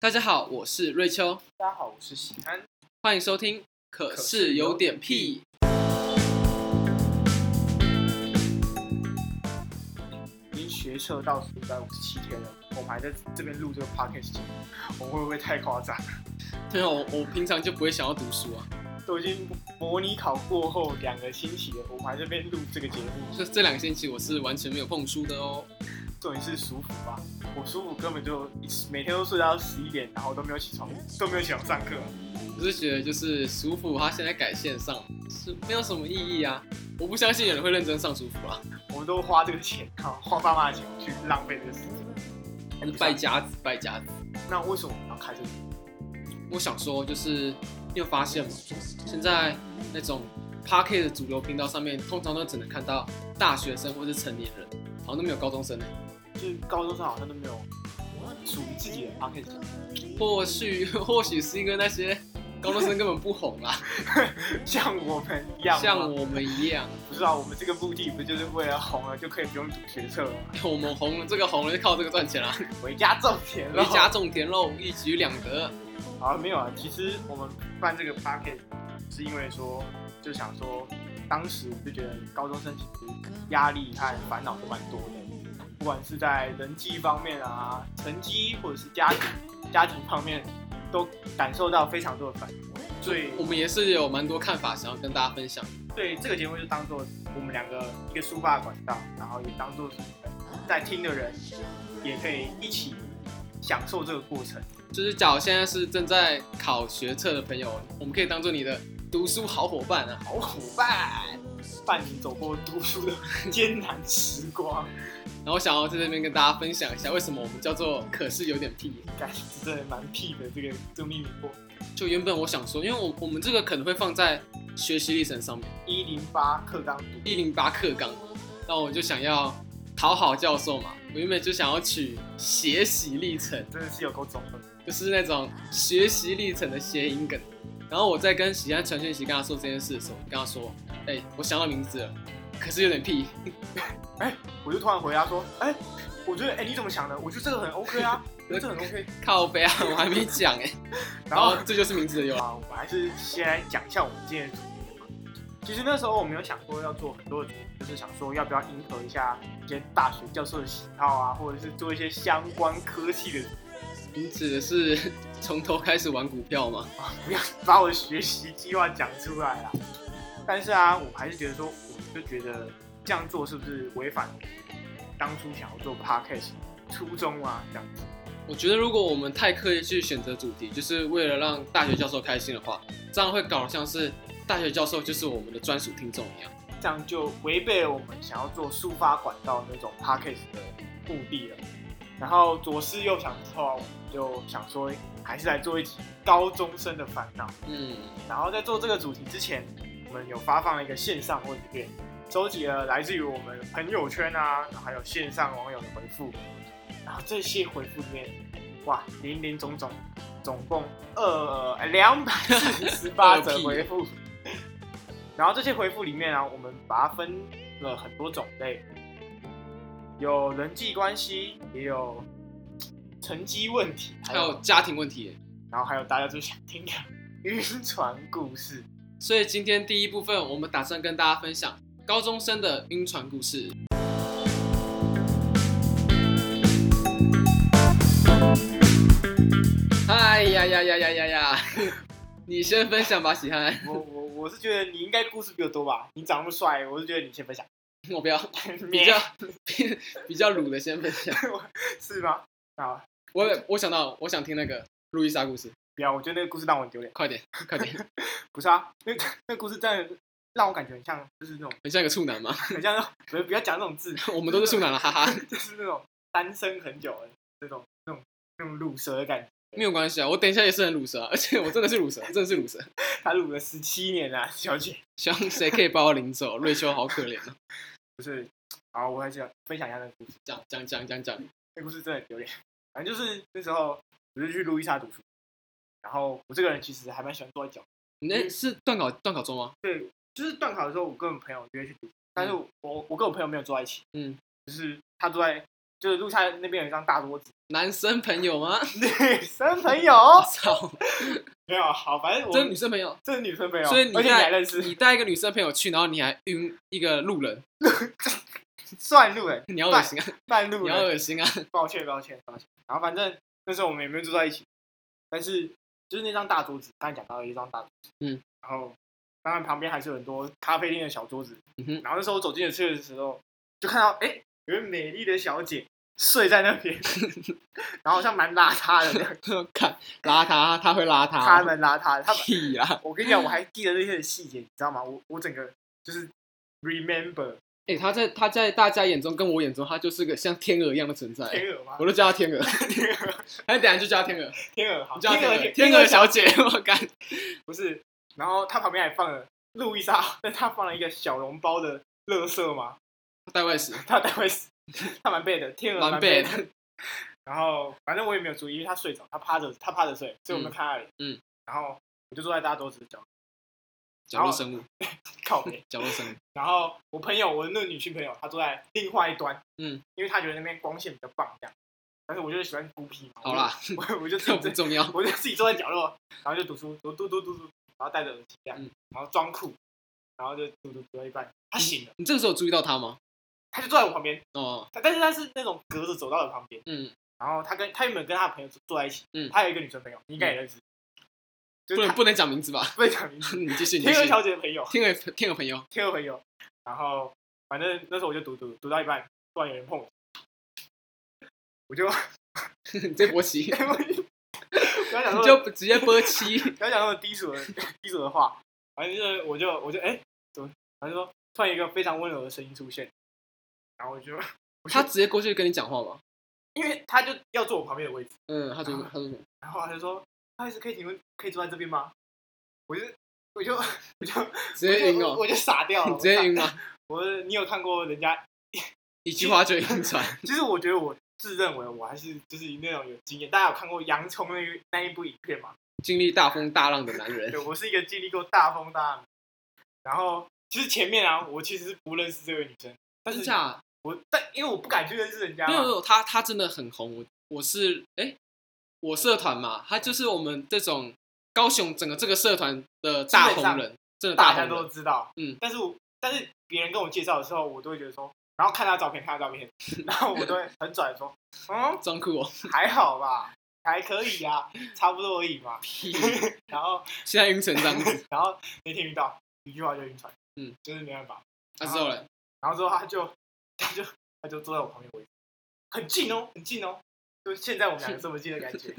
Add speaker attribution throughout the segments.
Speaker 1: 大家好，我是瑞秋，
Speaker 2: 大家好，我是喜安。
Speaker 1: 欢迎收听。可是有点屁，
Speaker 2: 已经学测倒数一百五十七天了，我们还在这边录这个 podcast 节目，我们会不会太夸张？
Speaker 1: 没有，我我平常就不会想要读书啊。
Speaker 2: 都已经模拟考过后两个星期了，我们还在这边录这个节目，
Speaker 1: 这这两个星期我是完全没有碰书的哦。
Speaker 2: 重点是舒服吧？我舒服根本就每天都睡到十一点，然后都没有起床，都没有起床上课。
Speaker 1: 我是觉得就是舒服，他现在改线上是没有什么意义啊。我不相信有人会认真上舒服啊，
Speaker 2: 我们都花这个钱，哈，花爸妈的钱去浪费这个事情，
Speaker 1: 就是败家子，败家子。
Speaker 2: 那为什么我们要开这个？
Speaker 1: 我想说，就是你有发现吗？现在那种 p a r k 的主流频道上面，通常都只能看到大学生或是成年人，好像都没有高中生呢、
Speaker 2: 就是高中生好像都没有属于自己的 podcast 节目
Speaker 1: 或许 或许是因为那些高中生根本不红啦，
Speaker 2: 像我们一样吗，
Speaker 1: 像我们一样，
Speaker 2: 不知道我们这个目的不就是为了红了就可以不用读学测了吗？
Speaker 1: 我们红了，这个红了就靠这个赚钱啦，
Speaker 2: 回家种田了。
Speaker 1: 一家种田肉，一举两得。
Speaker 2: 啊，没有啊，其实我们办这个 p a c k e t 是因为说，就想说，当时我就觉得高中生其实压力和烦恼都蛮多的，不管是在人际方面啊、成绩或者是家庭家庭方面，都感受到非常多的烦恼。所以
Speaker 1: 我们也是有蛮多看法想要跟大家分享。
Speaker 2: 对这个节目就当做我们两个一个抒发的管道，然后也当做是在听的人也可以一起享受这个过程。
Speaker 1: 就是假如现在是正在考学测的朋友，我们可以当做你的读书好伙伴啊。
Speaker 2: 好伙伴，伴你走过读书的艰难时光。
Speaker 1: 然后想要在这边跟大家分享一下，为什么我们叫做可是有点屁。
Speaker 2: 感觉真的蛮屁的，这个这个秘密过
Speaker 1: 就原本我想说，因为我我们这个可能会放在学习历程上面，
Speaker 2: 一零八课纲读
Speaker 1: 一零八课纲，那我就想要讨好教授嘛，我原本就想要取学习历程。
Speaker 2: 真的是有够中二。
Speaker 1: 就是那种学习历程的谐音梗。然后我在跟喜安传讯息跟他说这件事的时候，我跟他说：“哎、我想到名字了，可是有点屁。
Speaker 2: 我就突然回答说，哎、我觉得哎、你怎么想的？我觉得这个很 OK 啊，我觉得这个很 OK。
Speaker 1: 靠背啊，我还没讲哎、
Speaker 2: 然
Speaker 1: 然
Speaker 2: 后
Speaker 1: 后这就是名字的由来。
Speaker 2: 啊，我们还是先来讲一下我们今天的主题吧。其实那时候我没有想过要做很多的主题，就是想说要不要迎合一下一些大学教授的喜好啊，或者是做一些相关科系的主题
Speaker 1: 你指的是 从头开始玩股票吗？
Speaker 2: 不要把我的学习计划讲出来啦。但是啊，我还是觉得说，我就觉得这样做是不是违反当初想要做 podcast 初衷啊？这样子，
Speaker 1: 我觉得如果我们太刻意去选择主题，就是为了让大学教授开心的话，这样会搞得像是大学教授就是我们的专属听众一样。
Speaker 2: 这样就违背了我们想要做抒发管道那种 podcast 的目的了。然后左思右想之后啊，我们就想说，哎还是来做一集高中生的烦恼。
Speaker 1: 嗯，
Speaker 2: 然后在做这个主题之前，我们有发放了一个线上问卷，收集了来自于我们朋友圈啊，然后还有线上网友的回复。然后这些回复里面，哇，林林总总，总共二呃两百四十八则回复。然后这些回复里面啊，我们把它分了很多种类，有人际关系，也有成绩问题，还
Speaker 1: 还
Speaker 2: 有
Speaker 1: 有家庭问题耶。
Speaker 2: 然后还有大家最想听的晕船故事。
Speaker 1: 所以今天第一部分，我们打算跟大家分享高中生的晕船故事。哎呀呀呀呀呀呀！ 你先分享吧，喜憨，
Speaker 2: 我我我是觉得你应该故事比我多吧，你长那么帅，我是觉得你先分享。
Speaker 1: 我不要 比较比比较鲁的先分享。
Speaker 2: 是吗？啊，
Speaker 1: 我我想到，我想听那个路易莎故事，
Speaker 2: 不要，我觉得那个故事让我很丢脸。
Speaker 1: 快点快点，
Speaker 2: 不是啊，那个那个故事真的让我感觉很像，就是那种
Speaker 1: 很像一个处男嘛，
Speaker 2: 很像那种，不是不要讲那种字，
Speaker 1: 我们都是处男了，哈哈，
Speaker 2: 就是那种单身很久的那种那种那种乳蛇的感觉。
Speaker 1: 没有关系啊，我等一下也是很鲁蛇啊，而且我真的是鲁蛇，真的是鲁蛇，
Speaker 2: 他乳了十七年啊，小姐。
Speaker 1: 希望谁可以把我领走？瑞秋好可怜啊，
Speaker 2: 不是，好，我还是要分享一下那个故事。
Speaker 1: 讲讲讲讲讲，
Speaker 2: 那故事真的很丢脸。反正就是那时候，我就去路易莎读书，然后我这个人其实还蛮喜欢坐在角落
Speaker 1: 你
Speaker 2: 嗯
Speaker 1: 那是断考断考中吗？
Speaker 2: 对，就是断嗯考的时候，我跟我朋友约去读，但是我、我跟我朋友没有坐在一起，
Speaker 1: 嗯，
Speaker 2: 就是他坐在就是路下那边有一张大桌子，
Speaker 1: 男生朋友吗？
Speaker 2: 女 生朋友
Speaker 1: 我 操，
Speaker 2: 没有好，反哦正我
Speaker 1: 这是女生朋友，
Speaker 2: 这是女生朋友，
Speaker 1: 所以你
Speaker 2: 而且你还
Speaker 1: 带
Speaker 2: 认识，
Speaker 1: 你带一个女生朋友去，然后你还晕一个路人，
Speaker 2: 算路人，
Speaker 1: 你要恶心啊！
Speaker 2: 半路
Speaker 1: 你
Speaker 2: 人
Speaker 1: 要，恶心啊！
Speaker 2: 抱歉，抱歉，抱歉。然后反正那时候我们也没有住在一起，但是就是那张大桌子，刚才讲到的一张大桌子，
Speaker 1: 嗯，
Speaker 2: 然后当然旁边还是有很多咖啡店的小桌子，
Speaker 1: 嗯哼
Speaker 2: 然后那时候我走进去的时候，就看到哎、诶有位美丽的小姐睡在那 边，然后好像蛮邋遢的那样，
Speaker 1: 看邋遢，啊他会邋
Speaker 2: 她
Speaker 1: 遢，
Speaker 2: 蛮邋遢的，她蛮
Speaker 1: 屁啦！
Speaker 2: 我跟你讲，我还记得这些细节，你知道吗？我我整个就是 remember
Speaker 1: 哎、他在他在大家眼中跟我眼中，他就是个像天鹅一样的存在，
Speaker 2: 天鹅吗
Speaker 1: 我？都叫他天鹅，哎，等一下就叫他天鹅，
Speaker 2: 天鹅好，
Speaker 1: 你叫他
Speaker 2: 鹅
Speaker 1: 鹅，
Speaker 2: 天
Speaker 1: 天鹅小姐，我干，
Speaker 2: 不是，然后他旁边还放了路易莎，但他放了一个小笼包的乐色嘛，
Speaker 1: 带外食，
Speaker 2: 他待会死，他蛮背的，天鹅
Speaker 1: 蛮背
Speaker 2: 背
Speaker 1: 的。
Speaker 2: 然后反正我也没有注意，因为他睡着，他趴着，他趴着睡，所以我没有看他而已。
Speaker 1: 嗯。
Speaker 2: 然后我就坐在大家桌子角
Speaker 1: 角落生物，
Speaker 2: 靠边，
Speaker 1: 角落生物，
Speaker 2: 然后我朋友，我那个女性朋友，她坐在另外一端，
Speaker 1: 嗯，
Speaker 2: 因为她觉得那边光线比较棒，这样。但是我就是喜欢孤僻嘛，
Speaker 1: 好啦，
Speaker 2: 我就，我我就自
Speaker 1: 这
Speaker 2: 己
Speaker 1: 不
Speaker 2: 在
Speaker 1: 重要。
Speaker 2: 我就自己坐在角落，然后就读书，读读读读读，然后戴着耳机这样，
Speaker 1: 嗯
Speaker 2: 然后装酷，然后就读读读到一半，他醒了，
Speaker 1: 你这个时候有注意到他吗？
Speaker 2: 他就坐在我旁边，
Speaker 1: 哦，
Speaker 2: 他但是他是那种隔着走道的旁边，
Speaker 1: 嗯，
Speaker 2: 然后他跟他原本跟他的朋友坐坐在一起，
Speaker 1: 嗯
Speaker 2: 他有一个女生朋友，你应该也认识，就
Speaker 1: 不
Speaker 2: 是
Speaker 1: 能
Speaker 2: 他
Speaker 1: 不能讲名字吧？
Speaker 2: 不能讲名字，
Speaker 1: 你继续，你继
Speaker 2: 天鹅
Speaker 1: 续。
Speaker 2: 小姐的朋友，
Speaker 1: 天鹅天鹅朋友，
Speaker 2: 天鹅朋友，然后反正那时候我就读读读到一半，突然有人碰我，我就
Speaker 1: 你这波棋，
Speaker 2: 不要讲
Speaker 1: 你
Speaker 2: 说
Speaker 1: 就直接波七。
Speaker 2: 不要讲那么低俗的低俗的话，反正就是我就我就哎、怎么？反正说突然一个非常温柔的声音出现，然后我就
Speaker 1: 他直接过去跟你讲话吗？
Speaker 2: 因为他就要坐我旁边的位置，
Speaker 1: 嗯，他就
Speaker 2: 啊
Speaker 1: 他就
Speaker 2: 然后他就说：“不好意思，可以请问可以坐在这边吗？”我就我就 我就
Speaker 1: 直接晕
Speaker 2: 我就我
Speaker 1: 哦，
Speaker 2: 就傻掉了，
Speaker 1: 你直接晕
Speaker 2: 我傻
Speaker 1: 啊！
Speaker 2: 我就你有看过人家？
Speaker 1: 一句话就晕船。
Speaker 2: 其实我觉得我自认为我还是就是那种有经验。大家有看过洋葱那个那一部影片吗？
Speaker 1: 经历大风大浪的男人
Speaker 2: 对，我是一个经历过大风大浪的人。然后其实前面啊，我其实是不认识这位女生， 但
Speaker 1: 真
Speaker 2: 是
Speaker 1: 假？
Speaker 2: 我但因为我不敢去认识人家
Speaker 1: 没有没
Speaker 2: 嘛，
Speaker 1: 有，他他真的很红。我我是哎，我社团嘛，他就是我们这种高雄整个这个社团的大红人，真的
Speaker 2: 大
Speaker 1: 大
Speaker 2: 家
Speaker 1: 红
Speaker 2: 都
Speaker 1: 人。
Speaker 2: 知道。
Speaker 1: 嗯，
Speaker 2: 但是我但是别人跟我介绍的时候，我都会觉得说，然后看他照片，看他 照片，然后我都会很拽地说，嗯，
Speaker 1: 装酷哦，
Speaker 2: 还好吧，还可以啊，差不多而已嘛。
Speaker 1: 屁！
Speaker 2: 然后
Speaker 1: 现在晕成这样子，
Speaker 2: 然后那天遇到一句话就晕船，
Speaker 1: 嗯，
Speaker 2: 就是没办法。
Speaker 1: 他之 后嘞，
Speaker 2: 然后之后他就他就他就坐在我旁边围，很近哦，很近哦，就现在我们两个这么近的感觉。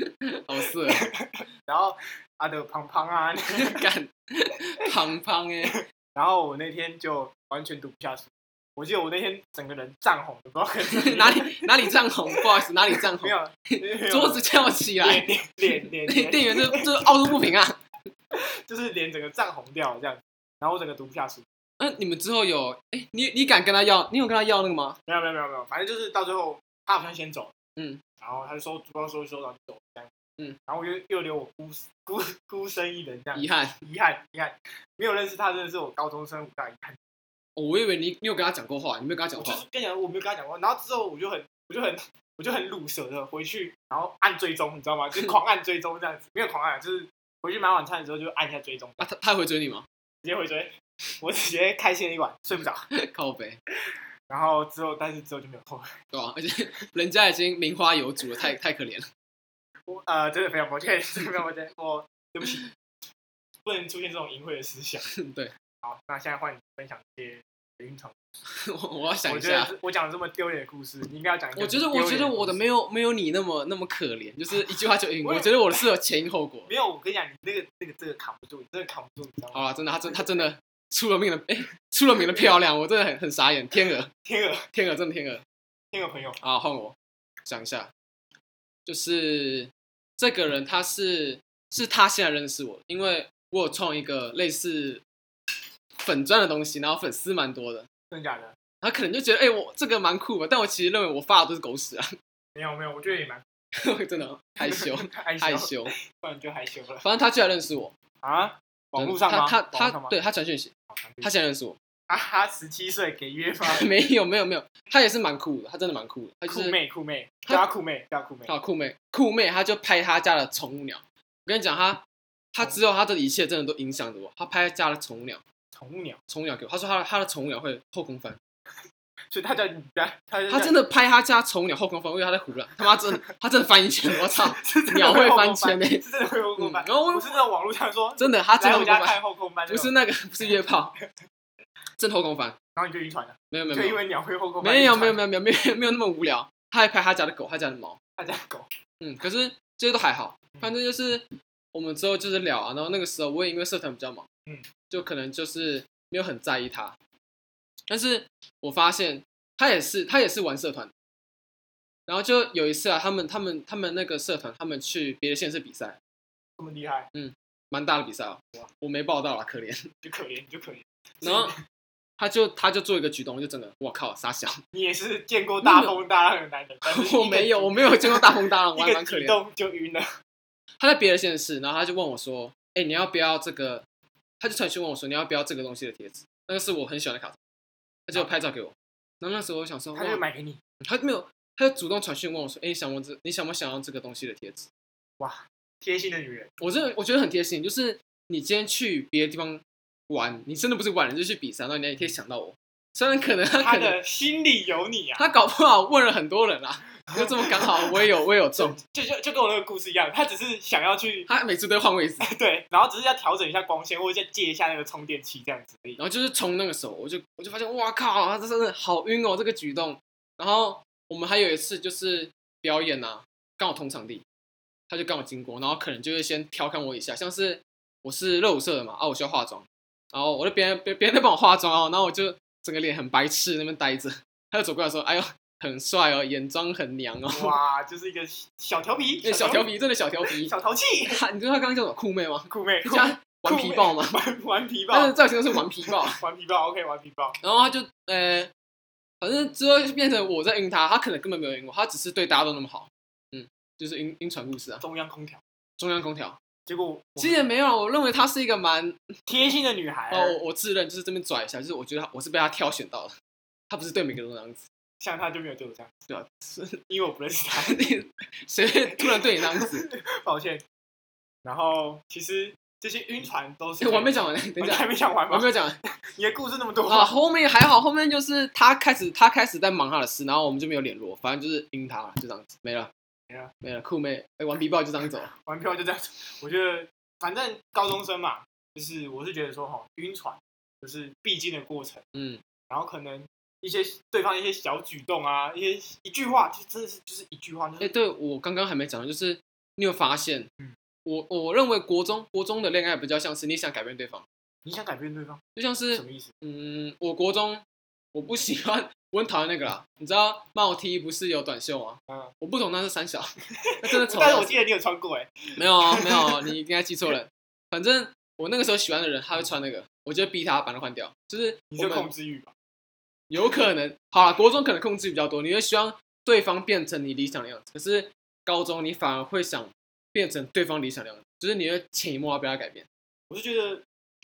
Speaker 1: 好色哦。
Speaker 2: 然后阿德胖胖啊，
Speaker 1: 干，胖胖哎，
Speaker 2: 然后我那天就完全读不下去，我记得我那天整个人涨红的，不知道可 能
Speaker 1: 哪里哪里涨红， 不好意思，哪里涨红
Speaker 2: 没，有没 有
Speaker 1: 桌子翘起来，
Speaker 2: 脸脸脸 脸
Speaker 1: 店员这这凹凸不平啊。
Speaker 2: 就是脸整个涨红掉了这样子，然后我整个读不下去，
Speaker 1: 那啊你们之后有哎、你你敢跟他要？你有跟他要那个吗？
Speaker 2: 没有没有没有没有，反正就是到最后他好像先走，
Speaker 1: 嗯，
Speaker 2: 然后他就收书包收一收，然后就走这样，
Speaker 1: 嗯，
Speaker 2: 然后我又又留我孤孤孤身一人这样，
Speaker 1: 遗憾、
Speaker 2: 遗憾遗憾，没有认识他真的是我高中生五大遗憾，
Speaker 1: 哦，我以为你你有跟他讲过话，你没有跟他
Speaker 2: 我
Speaker 1: 讲
Speaker 2: 就
Speaker 1: 话
Speaker 2: 是。跟你讲我没有跟他讲过，然后之后我就很我就很。我就很卤舌的回去，然后按追踪，你知道吗？就是狂按追踪这样子，没有狂按，啊就是回去买晚餐的时候就按一下追踪，
Speaker 1: 啊，他他会追你吗？
Speaker 2: 直接回追，我直接开心了一晚，睡不着。
Speaker 1: 靠北，
Speaker 2: 然后之后，但是之后就没有后来。
Speaker 1: 对吧、而且 人家已经名花有主了，太太可怜了。
Speaker 2: 我呃，真的非常抱歉， 真的非常抱歉，我对不起，不能出现这种淫秽的思想。
Speaker 1: 对，
Speaker 2: 好，那现在换你分享一些晕船。
Speaker 1: 我我要想
Speaker 2: 我
Speaker 1: 一
Speaker 2: 觉得
Speaker 1: 下。
Speaker 2: 这我讲了这么丢脸的故事，你应该要讲一
Speaker 1: 我
Speaker 2: 个很
Speaker 1: 觉
Speaker 2: 丢
Speaker 1: 得，
Speaker 2: 脸
Speaker 1: 我
Speaker 2: 故事。
Speaker 1: 觉得我的没有没有你那么那么可怜，就是一句话就赢。
Speaker 2: 我
Speaker 1: 我
Speaker 2: 也
Speaker 1: 觉得我的是有前因后果。
Speaker 2: 没有，我跟你讲，你那个那个这个扛不住，你真的扛不住，你知道吗？
Speaker 1: 好啊了，真的，他真他真的出了名的，哎、出了名的漂亮，我真的很很傻眼。天鹅，
Speaker 2: 天鹅，
Speaker 1: 天鹅，真的天鹅。
Speaker 2: 天鹅朋友，
Speaker 1: 啊，换我想一下，就是这个人他是是他现在认识我，因为我有创一个类似粉钻的东西，然后粉丝蛮多的，
Speaker 2: 真的假的？
Speaker 1: 他可能就觉得哎、我这个蛮酷的，但我其实认为我发的都是狗屎啊，
Speaker 2: 没有没有，我觉得也蛮
Speaker 1: 真的害羞
Speaker 2: 害羞
Speaker 1: 害，羞，
Speaker 2: 不然就害羞了
Speaker 1: 反正他居然认识我，
Speaker 2: 啊！
Speaker 1: 真
Speaker 2: 网
Speaker 1: 的
Speaker 2: 络上吗？
Speaker 1: 他
Speaker 2: 网络
Speaker 1: 他
Speaker 2: 上吗
Speaker 1: 他对他传讯息，
Speaker 2: 好传讯
Speaker 1: 他现在认识我，
Speaker 2: 啊哈，十七岁给约吗？
Speaker 1: 没有没有没有，她也是蛮酷的，她真的蛮酷的，她就
Speaker 2: 酷
Speaker 1: 是
Speaker 2: 妹酷妹，叫她酷妹，叫她酷妹。
Speaker 1: 啊酷妹酷妹，她就拍她家的宠物鸟。我跟你讲，她她只有她的一切真的都影响着我。她拍她家的宠物鸟，
Speaker 2: 宠物鸟，
Speaker 1: 宠物鸟给我，她说她的她的宠物鸟会后空翻，
Speaker 2: 所以他叫你不要，他就
Speaker 1: 她
Speaker 2: 叫
Speaker 1: 真的拍她家宠物鸟后空翻，我以为她在胡乱，他妈真的她真的翻一圈，我操！
Speaker 2: 是真的
Speaker 1: 鸟会
Speaker 2: 后空
Speaker 1: 翻圈欸
Speaker 2: 是真的会后空翻
Speaker 1: 嗯。然后我
Speaker 2: 我是那种网络上说，
Speaker 1: 真的，她真的
Speaker 2: 来我
Speaker 1: 后
Speaker 2: 家
Speaker 1: 空
Speaker 2: 看
Speaker 1: 翻，
Speaker 2: 后空翻，
Speaker 1: 不是
Speaker 2: 那种，
Speaker 1: 那个不是约炮， 真的后空翻，
Speaker 2: 然后你就晕船了，
Speaker 1: 没有没有
Speaker 2: 就
Speaker 1: 没
Speaker 2: 因
Speaker 1: 有
Speaker 2: 为鸟会后空翻，
Speaker 1: 没有
Speaker 2: 晕
Speaker 1: 没有
Speaker 2: 船
Speaker 1: 没有没有没有没有那么无聊。她还拍她家的狗，她家的猫。
Speaker 2: 他家狗，
Speaker 1: 嗯，可是这些都还好，反正就是我们之后就是聊啊，然后那个时候我也因为社团比较忙，
Speaker 2: 嗯，
Speaker 1: 就可能就是没有很在意他，但是我发现他也是他也是玩社团的，然后就有一次啊，他们他们他们那个社团他们去别的县市比赛，
Speaker 2: 这么厉害，
Speaker 1: 蛮大的比赛哦，我没报到啊，可怜，
Speaker 2: 你就可怜，你就可怜。
Speaker 1: 然 后。他就他就做一个举动，我就整个我靠傻笑，
Speaker 2: 你也是见过大风大浪的男人，但 是
Speaker 1: 我没有我没有见过 大风大浪，我
Speaker 2: 一
Speaker 1: 还
Speaker 2: 个
Speaker 1: 蛮可怜
Speaker 2: 举
Speaker 1: 的。
Speaker 2: 动就晕了，
Speaker 1: 他在别的县市，然后他就问我说：“哎、你要不要这个？”他就传讯问我说：“你要不要这个东西的贴纸？”那个是我很喜欢的卡通，他就拍照给我。然后那时候我想说，
Speaker 2: 他就
Speaker 1: 哇，
Speaker 2: 买给你，
Speaker 1: 他没有，他就主动传讯问我说：“哎、你想我这，你想不想要这个东西的贴纸
Speaker 2: 哇，贴心的女人，？”
Speaker 1: 我真的我觉得很贴心，就是你今天去别的地方玩，你真的不是玩，你就去比赛，然后你也可以想到我。虽然可能他
Speaker 2: 他
Speaker 1: 可能
Speaker 2: 的心里有你啊，
Speaker 1: 他搞不好问了很多人 啊，就这么刚好我也有我也有中，
Speaker 2: 就就就跟我那个故事一样，他只是想要去
Speaker 1: 他每次都会换位置。
Speaker 2: 对，然后只是要调整一下光线，或者再借一下那个充电器这样子而已。
Speaker 1: 然后就是从那个时候，我就我就发现，哇靠，他真的好晕哦，这个举动。然后我们还有一次就是表演啊，刚好同场地，他就刚好经过，然后可能就会先调侃我一下，像是我是热舞社的嘛，啊，我需要化妆，然后我就别人别别人在帮我化妆哦，然后我就整个脸很白痴那边呆着，他就走过来说，哎呦，很帅哦，眼妆很娘哦，
Speaker 2: 哇，就是一个小调皮，
Speaker 1: 那小调、皮，真的小调皮。
Speaker 2: 小淘气，
Speaker 1: 他你知道他刚刚叫什么酷妹吗？
Speaker 2: 酷妹，酷
Speaker 1: 加顽皮豹吗？
Speaker 2: 玩玩皮
Speaker 1: 他
Speaker 2: 豹
Speaker 1: 的，造型都是顽皮豹。
Speaker 2: 玩皮豹，OK，玩皮豹，
Speaker 1: 然后他就呃，反正之后就变成我在晕他，他可能根本没有晕我，他只是对大家都那么好，嗯，就是晕晕船故事啊，
Speaker 2: 中央空调。
Speaker 1: 中央空调。
Speaker 2: 结果我哎
Speaker 1: 其实也没有啊，我认为他是一个 蛮
Speaker 2: 贴心的女孩，
Speaker 1: 哦，我我自认就是这边拽一下，就是我觉得他我是被他挑选到的，他不是对每个人都那样子，
Speaker 2: 像她就没有对我这样，
Speaker 1: 对吧、是
Speaker 2: 因为我不认识她，
Speaker 1: 谁会突然对你那样 子？
Speaker 2: 抱歉。然后其实这些晕船都 是
Speaker 1: 我还没， 讲完呢，等一
Speaker 2: 你还
Speaker 1: 下。
Speaker 2: 没讲完
Speaker 1: 我还
Speaker 2: 吗
Speaker 1: 没？有讲完
Speaker 2: 你的故事那么多，
Speaker 1: 啊，后面还好，后面就是他开始他开始在忙他的事，然后我们就没有联络，反正就是晕他了，就这样子，没了
Speaker 2: 没了
Speaker 1: 没了，酷妹，哎，顽皮豹就这样走了，
Speaker 2: 玩票就这样子。我觉得反正高中生嘛，就是我是觉得说哈，晕船就是必经的过程，
Speaker 1: 嗯，
Speaker 2: 然后可能一些对方一些小举动啊，一些一句话，就真的是就是一句话，就
Speaker 1: 哎、
Speaker 2: 是
Speaker 1: 对我刚刚还没讲，就是你有发现，
Speaker 2: 嗯
Speaker 1: 我我认为国中国中的恋爱比较像是你想改变对方，
Speaker 2: 你想改变对方，
Speaker 1: 就像
Speaker 2: 什
Speaker 1: 是
Speaker 2: 么意思？
Speaker 1: 嗯，我国中我不喜欢，我很讨厌那个啦，你知道帽 T 不是有短袖吗？
Speaker 2: 嗯，
Speaker 1: 我不懂那是三 小，那真的丑
Speaker 2: 但是
Speaker 1: 到
Speaker 2: 我
Speaker 1: 死。
Speaker 2: 记得你有穿过哎、
Speaker 1: 没有啊没有啊，你应该记错了。反正我那个时候喜欢的人，他会穿那个，我就逼他把它换掉。就是
Speaker 2: 你
Speaker 1: 我
Speaker 2: 是控
Speaker 1: 们
Speaker 2: 制欲吧？
Speaker 1: 有可能，好了，国中可能控制比较多，你会希望对方变成你理想的样子。可是高中你反而会想变成对方理想的样子，就是你会潜移默化被他改变。
Speaker 2: 我是觉得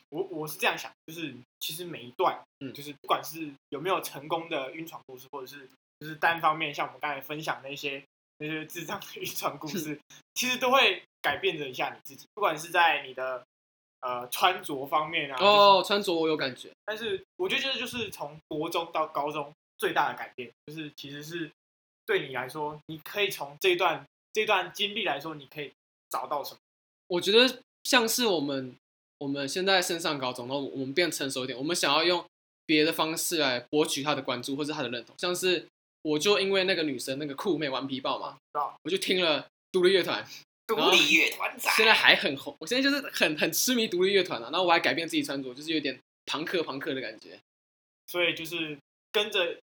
Speaker 2: 我我是这样想，就是其实每一段，
Speaker 1: 嗯
Speaker 2: 就是不管是有没有成功的晕船故事，或者是就是单方面像我们刚才分享那些那些智障的晕船故事， 其实都会改变着一下你自己，不管是在你的呃穿着方面啊，就是
Speaker 1: 哦，穿着我有感觉，
Speaker 2: 但是我觉得这就是从国中到高中最大的改变，就是其实是对你来说，你可以从这段这段经历来说，你可以找到什么？
Speaker 1: 我觉得像是我们我们现在升上高中，然后我们变成熟一点，我们想要用别的方式来博取他的关注或是他的认同，像是我就因为那个女生那个酷妹顽皮豹嘛
Speaker 2: 知道，
Speaker 1: 我就听了独立乐团，
Speaker 2: 独
Speaker 1: 后
Speaker 2: 立乐团仔，
Speaker 1: 现在还很红，我现在就是很很痴迷独立乐团啊，然后我还改变自己穿着，就是有点朋克朋克的感觉，
Speaker 2: 所以就是跟着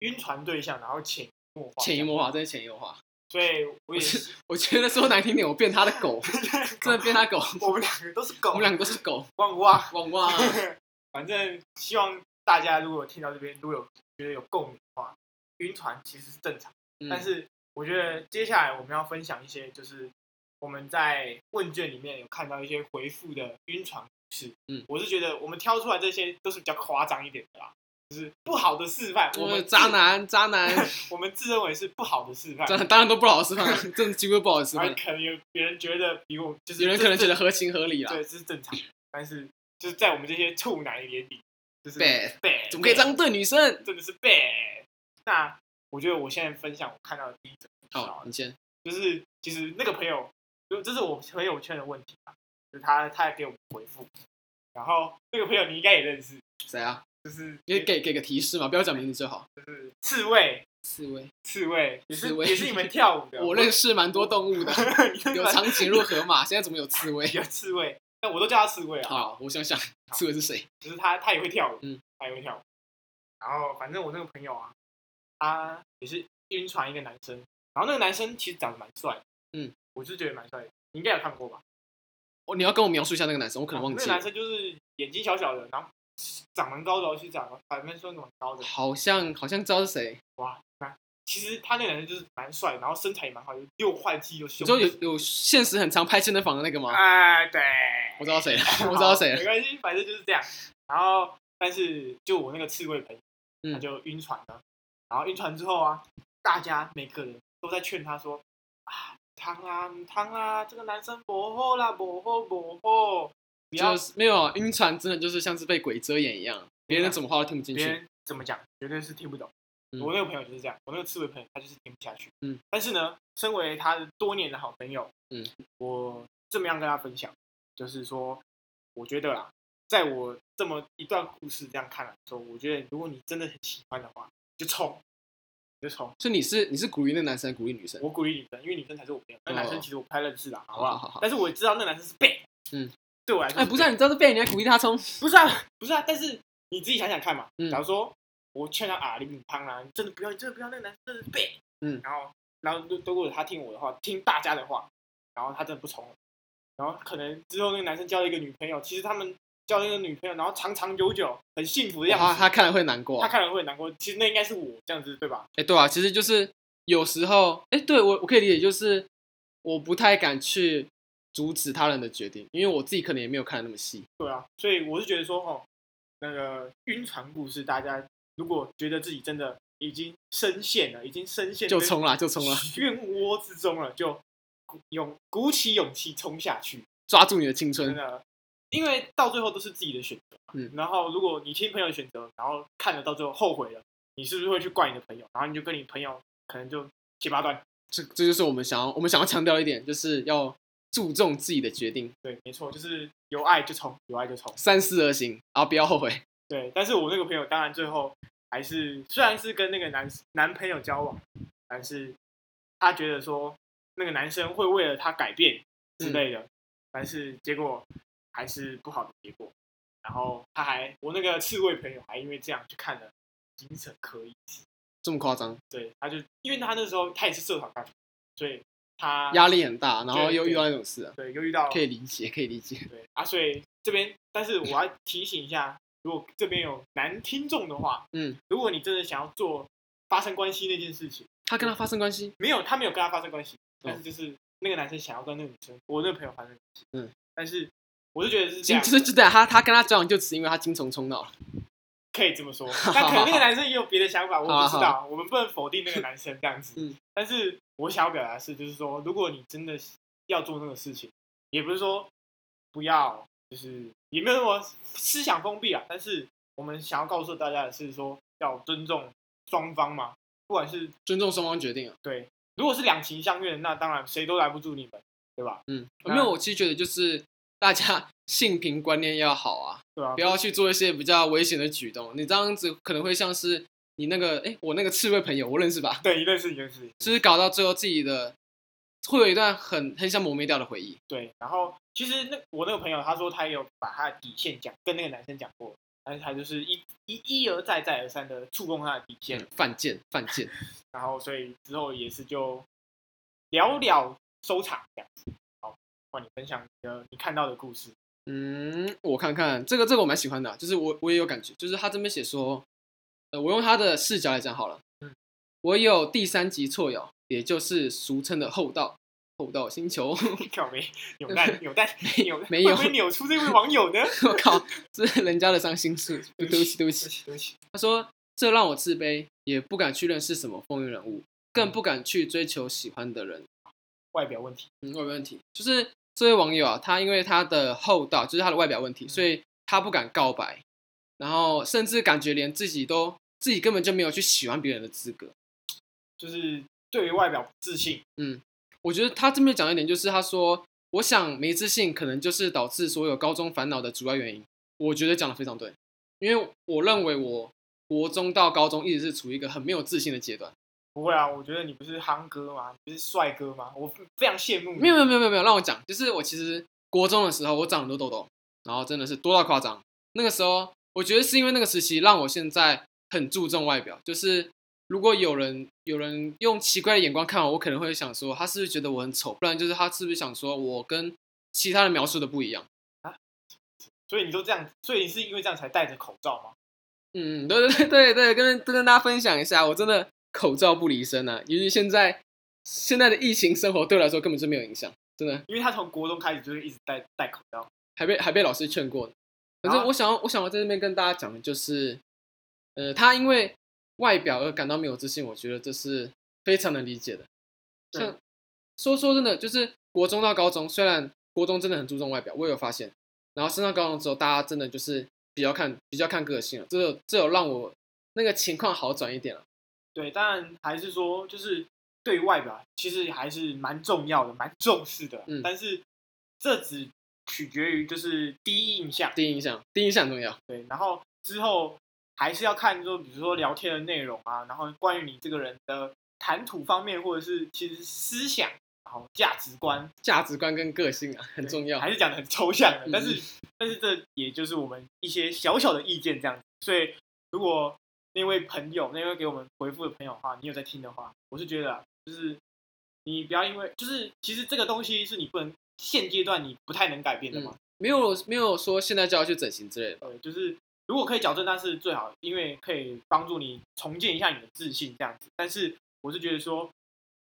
Speaker 2: 晕船对象，然后潜移默化。
Speaker 1: 潜移。默化，真的潜移默化。
Speaker 2: 所以我也是，
Speaker 1: 我觉得说难听点，我变他的狗， 真的变他狗，
Speaker 2: 我们两个都是
Speaker 1: 我
Speaker 2: 狗，
Speaker 1: 们两个都是狗，
Speaker 2: 汪汪。
Speaker 1: 汪汪啊。
Speaker 2: 反正希望大家如果听到这边，如果有觉得有共鸣的话，晕船其实是正常。
Speaker 1: 嗯
Speaker 2: 但是我觉得接下来我们要分享一些，就是我们在问卷里面有看到一些回复的晕船事。
Speaker 1: 嗯，
Speaker 2: 我是觉得我们挑出来这些都是比较夸张一点的啦，就是不好的示范，我
Speaker 1: 我
Speaker 2: 们
Speaker 1: 们
Speaker 2: 自
Speaker 1: 渣，男，渣 男，
Speaker 2: 我们自认为是不好的示范
Speaker 1: 渣，男当然都不好吃饭，真的几乎不好吃
Speaker 2: 而
Speaker 1: 饭。
Speaker 2: 可能有别人觉得比我哎就是
Speaker 1: 有人可能觉
Speaker 2: 得
Speaker 1: 得合情合理啊啦
Speaker 2: 对，这是正常的，但是就是在我们这些处男眼里，就是
Speaker 1: Bad
Speaker 2: bad，
Speaker 1: 怎么可以这样对女生？
Speaker 2: 真的是 bad。那我觉得我现在分享我看到的第一则故事
Speaker 1: 好
Speaker 2: 啊，，
Speaker 1: 你先。
Speaker 2: 就是其实那个朋友，就这是我朋友圈的问题啊，就是他他也给我们回复，然后那个朋友你应该也认识，
Speaker 1: 谁啊？
Speaker 2: 就是
Speaker 1: 你给给个提示嘛，不要讲名字就好。
Speaker 2: 刺猬，
Speaker 1: 刺猬，
Speaker 2: 刺猬也是
Speaker 1: 刺猬
Speaker 2: 也是你们跳舞的，哦
Speaker 1: 我认识蛮多动物的，
Speaker 2: 识
Speaker 1: 有长颈鹿、河马，现在怎么有刺猬？
Speaker 2: 有刺猬，但我都叫他刺猬啊，
Speaker 1: 好，我想想，刺猬是谁？
Speaker 2: 就是他他也会跳舞，
Speaker 1: 嗯，
Speaker 2: 他也会跳舞。然后反正我那个朋友啊，他也是晕船一个男生，然后那个男生其实长得蛮帅，
Speaker 1: 嗯，
Speaker 2: 我是觉得蛮帅的，你应该有看过吧？
Speaker 1: 哦，你要跟我描述一下那个男生，我可能忘
Speaker 2: 啊那
Speaker 1: 记
Speaker 2: 个男
Speaker 1: 了，
Speaker 2: 生就是眼睛小小的，然后长蛮高的哦，是长得反正说蛮高的，
Speaker 1: 好像好像知道是谁。
Speaker 2: 哇，那其实他那个男生就是蛮帅的，然后身材也蛮好的，又坏气又
Speaker 1: 你
Speaker 2: 凶
Speaker 1: 说。有有现实很常拍健身房的那个吗？
Speaker 2: 哎、对，
Speaker 1: 我知道谁了， 我知道谁
Speaker 2: 没
Speaker 1: 了。
Speaker 2: 关系，反正就是这样。然后，但是就我那个刺猬朋友，
Speaker 1: 嗯
Speaker 2: 他就晕船了。然后晕船之后啊，大家每个人都在劝他说：“啊，汤啦，汤啦，这个男生不好啦，不好，不好，不要
Speaker 1: 就是没有啊晕船，真的就是像是被鬼遮眼一样，别人怎么话都听不进
Speaker 2: 别
Speaker 1: 去。
Speaker 2: 人怎么讲，绝对是听不懂。
Speaker 1: 嗯
Speaker 2: 我那个朋友就是这样，我那个刺猬朋友他就是听不下去。
Speaker 1: 嗯，
Speaker 2: 但是呢，身为他的多年的好朋友，
Speaker 1: 嗯，
Speaker 2: 我这么样跟他分享，就是说，我觉得啦，在我这么一段故事这样看来说，我觉得如果你真的很喜欢的话，就冲，你就冲。
Speaker 1: 所以你是你是鼓励那个男生，鼓励女生。
Speaker 2: 我鼓励女生，因为女生才是我朋友，那男生其实我不太认识啦，好不
Speaker 1: 好啊好好
Speaker 2: 但是我知道那男生是背，
Speaker 1: 嗯，
Speaker 2: 对我来说，
Speaker 1: 哎，不是，啊，你知道是被人家鼓励他冲，
Speaker 2: 不是啊，不是啊，但是你自己想想看嘛。
Speaker 1: 嗯
Speaker 2: 假如说我劝他啊，你很胖啦，你真的不要，你真的不要，那个男生真的是背。
Speaker 1: 嗯
Speaker 2: 然后然后如如果他听我的话，听大家的话，然后他真的不从了，然后可能之后那个男生交了一个女朋友，其实他们交了一个女朋友，然后长长久久，很幸福的样
Speaker 1: 哇，
Speaker 2: 子。
Speaker 1: 他看了会难过
Speaker 2: 他
Speaker 1: 啊。
Speaker 2: 看了会很难过，其实那应该是我这样子，对吧？
Speaker 1: 哎，对啊，其实就是有时候，哎，对我我可以理解，就是我不太敢去阻止他人的决定，因为我自己可能也没有看的那么细。
Speaker 2: 对啊，所以我是觉得说，哦，那个晕船故事，大家如果觉得自己真的已经深陷了，已经深陷
Speaker 1: 就
Speaker 2: 跟
Speaker 1: 冲啦，就冲啦，
Speaker 2: 漩涡之中了，就鼓勇鼓起勇气冲下去，
Speaker 1: 抓住你的青
Speaker 2: 真
Speaker 1: 春。
Speaker 2: 的，啊因为到最后都是自己的选择嘛。
Speaker 1: 嗯
Speaker 2: 然后如果你听朋友的选择，然后看了到最后后悔了，你是不是会去怪你的朋友？然后你就跟你朋友可能就结巴断。
Speaker 1: 这这就是我们想要我们想要强调一点，就是要注重自己的决定，
Speaker 2: 对，没错，就是有爱就冲，有爱就冲。
Speaker 1: 三思而行，然后不要后悔。
Speaker 2: 对，但是我那个朋友当然最后还是虽然是跟那个男男朋友交往，但是他觉得说那个男生会为了他改变之
Speaker 1: 嗯
Speaker 2: 类的，但是结果还是不好的结果。然后他还我那个刺猬朋友还因为这样去看了精神科医生，
Speaker 1: 这么夸张，
Speaker 2: 对，他就因为他那时候他也是社团干部，所以他
Speaker 1: 压力很大，然后
Speaker 2: 对
Speaker 1: 又
Speaker 2: 对
Speaker 1: 遇到那种事、啊，
Speaker 2: 对又遇到
Speaker 1: 可以理解，可以理解。
Speaker 2: 对啊，所以这边，但是我要提醒一下，如果这边有男听众的话，
Speaker 1: 嗯，
Speaker 2: 如果你真的想要做发生关系那件事情，
Speaker 1: 他跟他发生关系，
Speaker 2: 没有，他没有跟他发生关系，但是就是那个男生想要跟那个女生，我那个朋友发生关系，
Speaker 1: 嗯，
Speaker 2: 但是我就觉得是这
Speaker 1: 就
Speaker 2: 样，
Speaker 1: 是就等他他跟他交往，就只是因为他精虫冲脑了。
Speaker 2: 可以这么说， 但可能那个男生也有别的想法，我
Speaker 1: 好啊
Speaker 2: 不知道，我们不能否定那个男生这样子。
Speaker 1: 嗯
Speaker 2: 但是我想要表达的是，就是说，如果你真的要做那个事情，也不是说不要，就是也没有什么思想封闭啊。但是我们想要告诉大家的是说，要尊重双方嘛，不管是
Speaker 1: 尊重双方决定啊。
Speaker 2: 对，如果是两情相悦的，那当然谁都拦不住你们，对吧？
Speaker 1: 嗯，
Speaker 2: 那
Speaker 1: 没有，我其实觉得就是大家性平观念要好啊，
Speaker 2: 对吧
Speaker 1: 不？要去做一些比较危险的举动。你这样子可能会像是你那个，哎，我那个刺猬朋友，我认识吧？
Speaker 2: 对，一件事一件事情。
Speaker 1: 就是搞到最后自己的会有一段很很想磨灭掉的回忆。
Speaker 2: 对，然后其实那我那个朋友他说他也有把他的底线讲跟那个男生讲过，但是他就是一一一而再再而三的触碰他的底线，
Speaker 1: 犯贱，犯贱，
Speaker 2: 然后所以之后也是就了了收场这样子。好，换你分享你的你看到的 故事。
Speaker 1: 嗯，我看看这个，这个我蛮喜欢的啊，就是我我也有感觉，就是他这边写说，呃，我用他的视角来讲好了，
Speaker 2: 嗯，
Speaker 1: 我有第三级错友，也就是俗称的厚道，厚道星球，
Speaker 2: 靠没扭蛋扭蛋扭蛋
Speaker 1: 没有
Speaker 2: 会不会扭出这位网友呢？
Speaker 1: 我靠，这是人家的伤心事，对不起，对不
Speaker 2: 对不
Speaker 1: 起。
Speaker 2: 起对不起，
Speaker 1: 他说这让我自卑，也不敢去认识什么风云人物，更不敢去追求喜欢的人。
Speaker 2: 外表问题，
Speaker 1: 嗯，我有问题，就是这位网友啊，他因为他的厚道，就是他的外表问题，所以他不敢告白，然后甚至感觉连自己都自己根本就没有去喜欢别人的资格。
Speaker 2: 就是对于外表不自信，
Speaker 1: 我觉得他这边讲的一点就是，他说我想没自信可能就是导致所有高中烦恼的主要原因。我觉得讲的非常对，因为我认为我国中到高中一直是处于一个很没有自信的阶段。
Speaker 2: 不会啊，我觉得你不是憨哥吗？你不是帅哥吗？我非常羡慕你。
Speaker 1: 没有没有没有没有没有，让我讲，就是我其实国中的时候我长很多痘痘，然后真的是多到夸张。那个时候我觉得是因为那个时期让我现在很注重外表，就是如果有人有人用奇怪的眼光看我，我可能会想说他是不是觉得我很丑，不然就是他是不是想说我跟其他人描述的不一样。
Speaker 2: 所以你都这样，所以你是因为这样才戴着口罩吗？
Speaker 1: 嗯，对对对对对，跟跟大家分享一下，我真的口罩不离身啊，尤其现在现在的疫情生活对我来说根本就没有影响，真的
Speaker 2: 因为他从国中开始就是一直戴戴口罩，
Speaker 1: 还被还被老师劝过。反
Speaker 2: 啊
Speaker 1: 正我想要我想要在这边跟大家讲的就是，呃，他因为外表而感到没有自信，我觉得这是非常能理解的。
Speaker 2: 对
Speaker 1: 像说说真的，就是国中到高中，虽然国中真的很注重外表，我也有发现，然后升上高中之后，大家真的就是比较看比较看个性了，这有这有让我那个情况好转一点了。
Speaker 2: 对，当然还是说，就是对于外表其实还是蛮重要的，蛮重视的。
Speaker 1: 嗯
Speaker 2: 但是这只取决于就是第一印象，
Speaker 1: 第一印象，第一印象很重要。
Speaker 2: 对，然后之后还是要看说，比如说聊天的内容啊，然后关于你这个人的谈吐方面，或者是其实思想，然后价值观
Speaker 1: 价值观跟个性啊很
Speaker 2: 对
Speaker 1: 重要。
Speaker 2: 还是讲的很抽象的，
Speaker 1: 嗯
Speaker 2: 但是但是这也就是我们一些小小的意见这样子。所以如果那位朋友，那位给我们回复的朋友的话，你有在听的话，我是觉得啊就是你不要因为就是其实这个东西是你不能现阶段你不太能改变的嘛，
Speaker 1: 没有没有说现在就要去整形之类的吧，
Speaker 2: 对，呃就是如果可以矫正，那是最好，因为可以帮助你重建一下你的自信这样子。但是我是觉得说，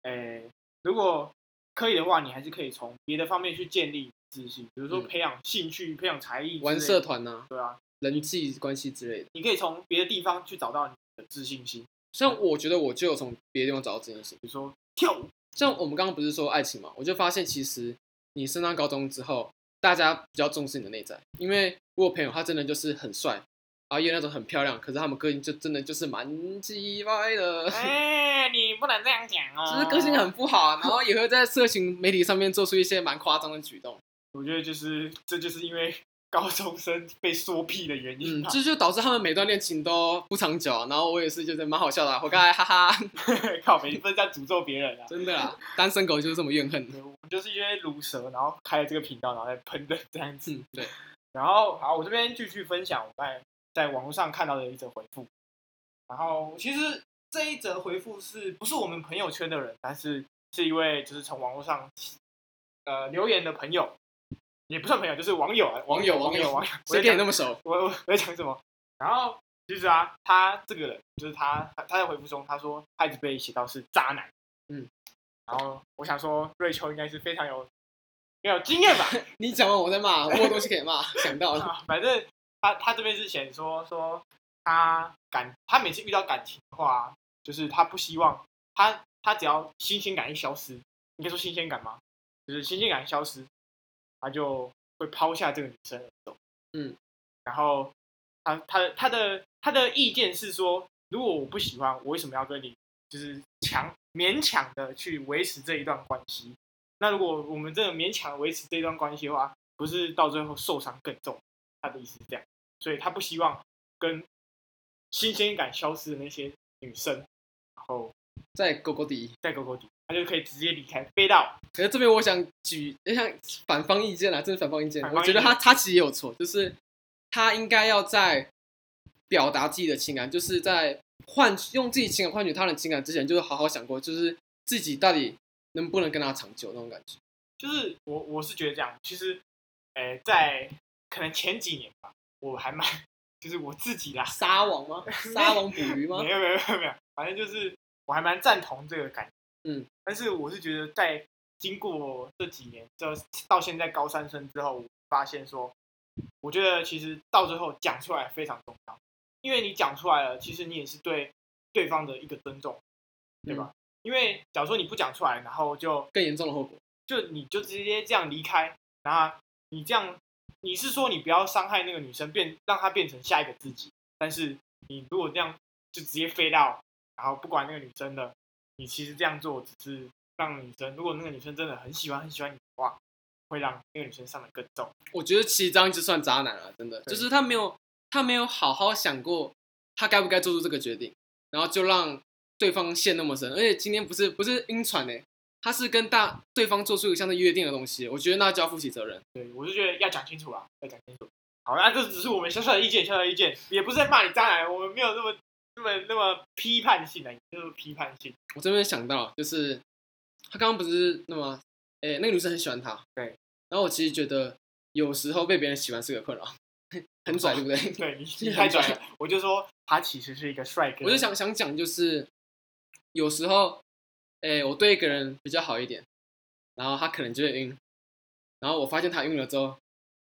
Speaker 2: 诶、如果可以的话，你还是可以从别的方面去建立自信，比如说
Speaker 1: 嗯
Speaker 2: 培养兴趣、培养才艺、
Speaker 1: 玩社，团呐、
Speaker 2: 对啊，
Speaker 1: 人际关系之类的。
Speaker 2: 你可以从别的地方去找到你的自信心，
Speaker 1: 像我觉得我就有从别的地方找到这件事。
Speaker 2: 比如说跳 舞，
Speaker 1: 像我们刚刚不是说爱情嘛，我就发现其实你升上高中之后，大家比较重视你的内在，因为我有朋友他真的就是很帅，啊也有那种很漂亮，可是他们个性就真的就是蛮鸡歪的，就
Speaker 2: 哎、你不能这样讲哦，
Speaker 1: 是个性很不好，啊然后也会在社群媒体上面做出一些蛮夸张的举动。
Speaker 2: 我觉得就是这就是因为高中生被说屁的原因
Speaker 1: 嗯，
Speaker 2: 吧。
Speaker 1: 这就导致他们每段恋情都不长久啊。然后我也是，就是蛮好笑的啊，活该，哈哈，
Speaker 2: 靠，每一分在诅咒别人啊。
Speaker 1: 真的啦，单身狗就是这么怨恨的。
Speaker 2: 对，我们就是因为卤蛇，然后开了这个频道，然后再喷的这样子。
Speaker 1: 嗯，对，
Speaker 2: 然后好，我这边继续分享我在在网络上看到的一则回复。然后其实这一则回复是不是我们朋友圈的人，但是是一位就是从网络上呃留言的朋友，也不算朋友，就是网友啊，
Speaker 1: 网友
Speaker 2: 网友
Speaker 1: 网友
Speaker 2: 网友，我在
Speaker 1: 谁跟
Speaker 2: 讲
Speaker 1: 你那么熟？
Speaker 2: 我我我在讲什么？然后其实啊，他这个人就是他，他他在回复中他说他一直被写到是渣男，
Speaker 1: 嗯，
Speaker 2: 然后我想说瑞秋应该是非常有要有经验吧，
Speaker 1: 你讲完我再骂，我有东西可以骂，想到了。
Speaker 2: 啊反正他他这边是写说说他感他每次遇到感情的话，就是他不希望他他只要新鲜感一消失，应该说新鲜感吗？就是新鲜感一消失，他就会抛下这个女生而走。
Speaker 1: 嗯，
Speaker 2: 然后他他的他的他的意见是说，如果我不喜欢，我为什么要跟你就是强勉强的去维持这一段关系？那如果我们真的勉强维持这段关系的话，不是到最后受伤更重？他的意思是这样，所以他不希望跟新鲜感消失的那些女生，然后
Speaker 1: 在狗狗底。
Speaker 2: 在狗狗底，他就可以直接离开，飞到
Speaker 1: 可是这边我想举，也想反方意见啦，真是反方意见。
Speaker 2: 反方
Speaker 1: 我
Speaker 2: 意
Speaker 1: 觉
Speaker 2: 见
Speaker 1: 得他他其实也有错，就是他应该要在表达自己的情感，就是在换用自己情感换取他人情感之前，就是好好想过，就是自己到底能不能跟他长久那种感 觉。
Speaker 2: 就是我我是觉得这样，其实，诶、在可能前几年吧，我还蛮， 就是我自己啦，
Speaker 1: 撒网吗？撒网捕鱼吗
Speaker 2: 没？有没有没有没有，反正就是我还蛮赞同这个感觉，
Speaker 1: 嗯，
Speaker 2: 但是我是觉得在经过这几年，这到现在高三生之后，我发现说，我觉得其实到最后讲出来非常重要，因为你讲出来了，其实你也是对对方的一个尊重，对吧？因为假如说你不讲出来，然后就
Speaker 1: 嗯更严重的后果。
Speaker 2: 就你就直接这样离开，然后你这样，你是说你不要伤害那个女生，变让她变成下一个自己，但是你如果这样就直接飞到，然后不管那个女生的，你其实这样做只是让女生，如果那个女生真的很喜欢很喜欢你的话，会让那个女生伤的更重。
Speaker 1: 我觉得其实这样就算渣男了，真的，
Speaker 2: 对
Speaker 1: 就是他没有他没有好好想过他该不该做出这个决定，然后就让对方陷那么深。而且今天不是不是晕船呢、欸他是跟大对方做出一个像是约定的东西，我觉得那就要负起责任。
Speaker 2: 对我是觉得要讲清楚啊，要讲清楚。好，那这只是我们小小的意见，小小的意见，也不是在骂你渣男，我们没有那么那么那么批判性的，就是批判性。
Speaker 1: 我这边想到就是他刚刚不是那么，哎、那个女生很喜欢他，
Speaker 2: 对。
Speaker 1: 然后我其实觉得有时候被别人喜欢是个困扰， 很拽，对不对？
Speaker 2: 对你你太拽了，我就说他其实是一个帅哥。
Speaker 1: 我就想想讲，就是有时候，诶、我对一个人比较好一点，然后他可能就会晕，然后我发现他晕了之后，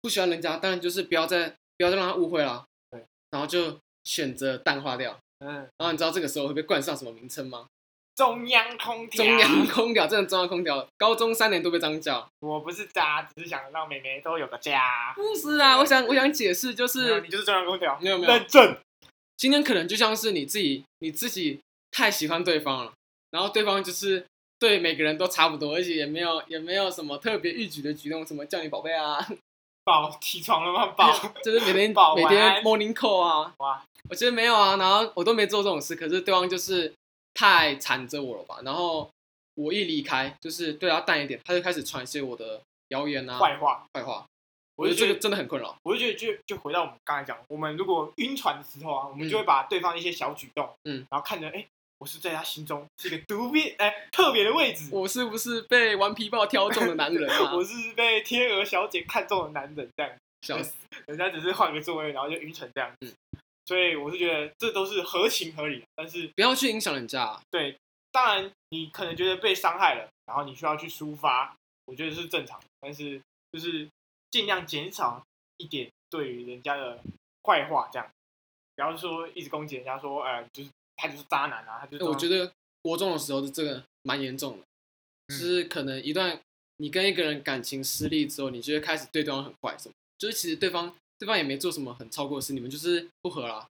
Speaker 1: 不喜欢人家，当然就是不要再不要再让他误会了，
Speaker 2: 对，
Speaker 1: 然后就选择淡化掉。
Speaker 2: 嗯，
Speaker 1: 然后你知道这个时候会被冠上什么名称吗？
Speaker 2: 中央空调，
Speaker 1: 中央空调，真的中央空调，高中三年都被这样叫。
Speaker 2: 我不是渣，只是想让妹妹都有个家。
Speaker 1: 不是啊，我想我想解释，就
Speaker 2: 没有
Speaker 1: 是
Speaker 2: 你就是中央空调，
Speaker 1: 没有没有，
Speaker 2: 认证。
Speaker 1: 今天可能就像是你自己你自己太喜欢对方了，然后对方就是对每个人都差不多，而且也没有也没有什么特别欲举的举动，什么叫你宝贝啊，
Speaker 2: 宝起床了吗？ 宝，
Speaker 1: 就是每天
Speaker 2: 宝
Speaker 1: 每
Speaker 2: 晚安
Speaker 1: 天 morning call 啊，
Speaker 2: 哇，
Speaker 1: 我觉得没有啊，然后我都没做这种事，可是对方就是太缠着我了吧，然后我一离开就是对他淡一点，他就开始传一些我的谣言啊
Speaker 2: 坏话。
Speaker 1: 坏话，
Speaker 2: 我
Speaker 1: 我
Speaker 2: 就
Speaker 1: 觉得这个
Speaker 2: 觉得，
Speaker 1: 真的很困 扰，
Speaker 2: 我就觉得就就回到我们刚才讲，我们如果晕船的时候啊，我们就会把对方的一些小举动，
Speaker 1: 嗯，
Speaker 2: 然后看着，哎，我是在他心中是一个独别哎特别的位置，
Speaker 1: 我是不是被顽皮豹挑中的男人啊？
Speaker 2: 我是被天鹅小姐看中的男人这样。
Speaker 1: 笑死，
Speaker 2: 人家只是换个座位，然后就晕成这样子。
Speaker 1: 嗯
Speaker 2: 所以我是觉得这都是合情合理的，但是
Speaker 1: 不要去影响人家、啊。
Speaker 2: 对，当然你可能觉得被伤害了，然后你需要去抒发，我觉得是正常的，但是就是尽量减少一点对于人家的坏话，这样，不要说一直攻击人家说，呃，就是他就是渣男啊，他就是
Speaker 1: 欸我觉
Speaker 2: 得
Speaker 1: 得国中的时候是这个蛮严重的，就
Speaker 2: 嗯
Speaker 1: 是可能一段你跟一个人感情失利之后，你就会开始对对方很坏，什么就是其实对方对方也没做什么很超过的事，你们就是不和啦。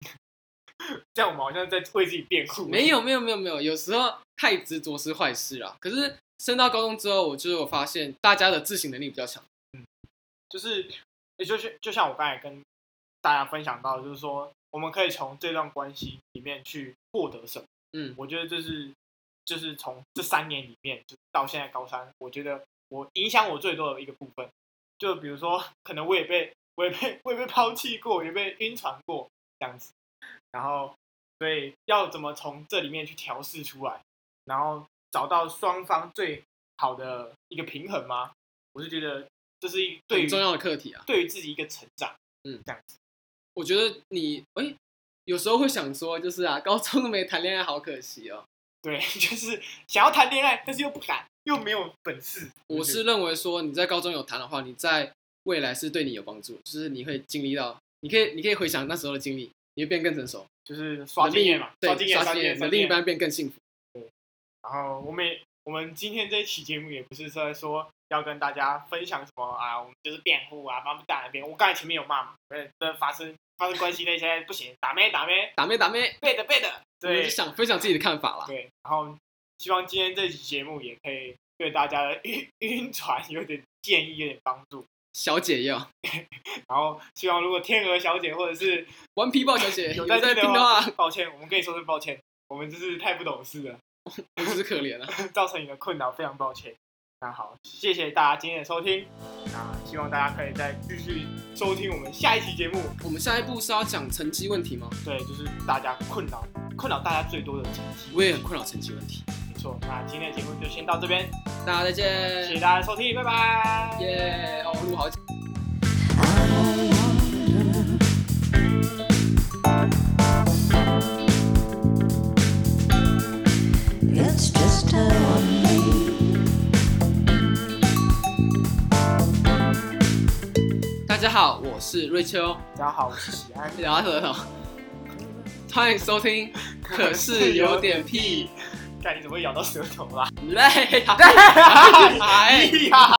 Speaker 2: 这样我们好像在为自己辩护，
Speaker 1: 没有没有没有没有，有时候太执着是坏事啦。可是升到高中之后，我就有发现大家的自省能力比较强，
Speaker 2: 就是，也就是就像我刚才跟大家分享到的，就是说，我们可以从这段关系里面去获得什么。
Speaker 1: 嗯
Speaker 2: 我觉得这是，就是从这三年里面，就是到现在高三，我觉得我影响我最多的一个部分，就比如说，可能我也被我也被我也被抛弃过，也被晕船过这样子，然后，所以要怎么从这里面去调试出来，然后找到双方最好的一个平衡吗？我是觉得这是一对于
Speaker 1: 很重要嗯的课题啊。
Speaker 2: 对于自己一个成长，
Speaker 1: 我觉得你哎、有时候会想说，就是啊，高中都没谈恋爱，好可惜哦。
Speaker 2: 对， 就是想要谈恋爱，但是又不敢，又没有本事。
Speaker 1: 我是认为说，你在高中有谈的话，你在未来是对你有帮助，就是你会经历到，你可以你可以回想那时候的经历，你会变更成熟，
Speaker 2: 就是刷
Speaker 1: 你的
Speaker 2: 经
Speaker 1: 另
Speaker 2: 验嘛，刷经
Speaker 1: 对，
Speaker 2: 验，
Speaker 1: 刷
Speaker 2: 刷
Speaker 1: 经
Speaker 2: 经验，
Speaker 1: 验，你
Speaker 2: 刷
Speaker 1: 的
Speaker 2: 经
Speaker 1: 另一
Speaker 2: 验。
Speaker 1: 半变更幸福。
Speaker 2: 然后我们也我们今天这一期节目也不是在说要跟大家分享什么啊，我们就是辩护啊，帮大那边。我刚才前面有骂嘛，呃，这发生发生关系那些不行，打咩打咩，
Speaker 1: 打妹打妹，
Speaker 2: 背的背的。
Speaker 1: 我们
Speaker 2: 对
Speaker 1: 就想分享自己的看法啦。
Speaker 2: 对，然后希望今天这期节目也可以对大家的晕晕船有点建议，有点帮助。
Speaker 1: 小姐要，
Speaker 2: 然后希望如果天鹅小姐或者是
Speaker 1: 顽皮豹小姐 有
Speaker 2: 有在
Speaker 1: 在
Speaker 2: 听
Speaker 1: 听
Speaker 2: 的
Speaker 1: 的
Speaker 2: 话
Speaker 1: 话，
Speaker 2: 抱歉，我们跟你说声抱歉，我们就是太不懂事了，
Speaker 1: 我只是可怜了。
Speaker 2: 造成你的困扰，非常抱歉。那好，谢谢大家今天的收听，那希望大家可以再继续收听我们下一期节目。
Speaker 1: 我们下一步是要讲成绩问题吗？
Speaker 2: 对，就是大家困扰困扰大家最多的成绩，
Speaker 1: 我也很困扰成绩问题。
Speaker 2: 没错。那今天的节目就先到这边，
Speaker 1: 大家再
Speaker 2: 谢谢
Speaker 1: 见，
Speaker 2: 大家收听，拜拜。
Speaker 1: 耶！哦，录好久。
Speaker 3: It's just a one thing.
Speaker 1: 大家好，我是瑞秋，
Speaker 2: 大家好，我是喜 安，
Speaker 1: 聊特头，欢迎收听。可是有点屁，
Speaker 2: 啊
Speaker 1: 哎
Speaker 2: 看你怎么会咬到舌头啦？
Speaker 1: 累呀、
Speaker 2: 哎
Speaker 1: 哎
Speaker 2: 呀，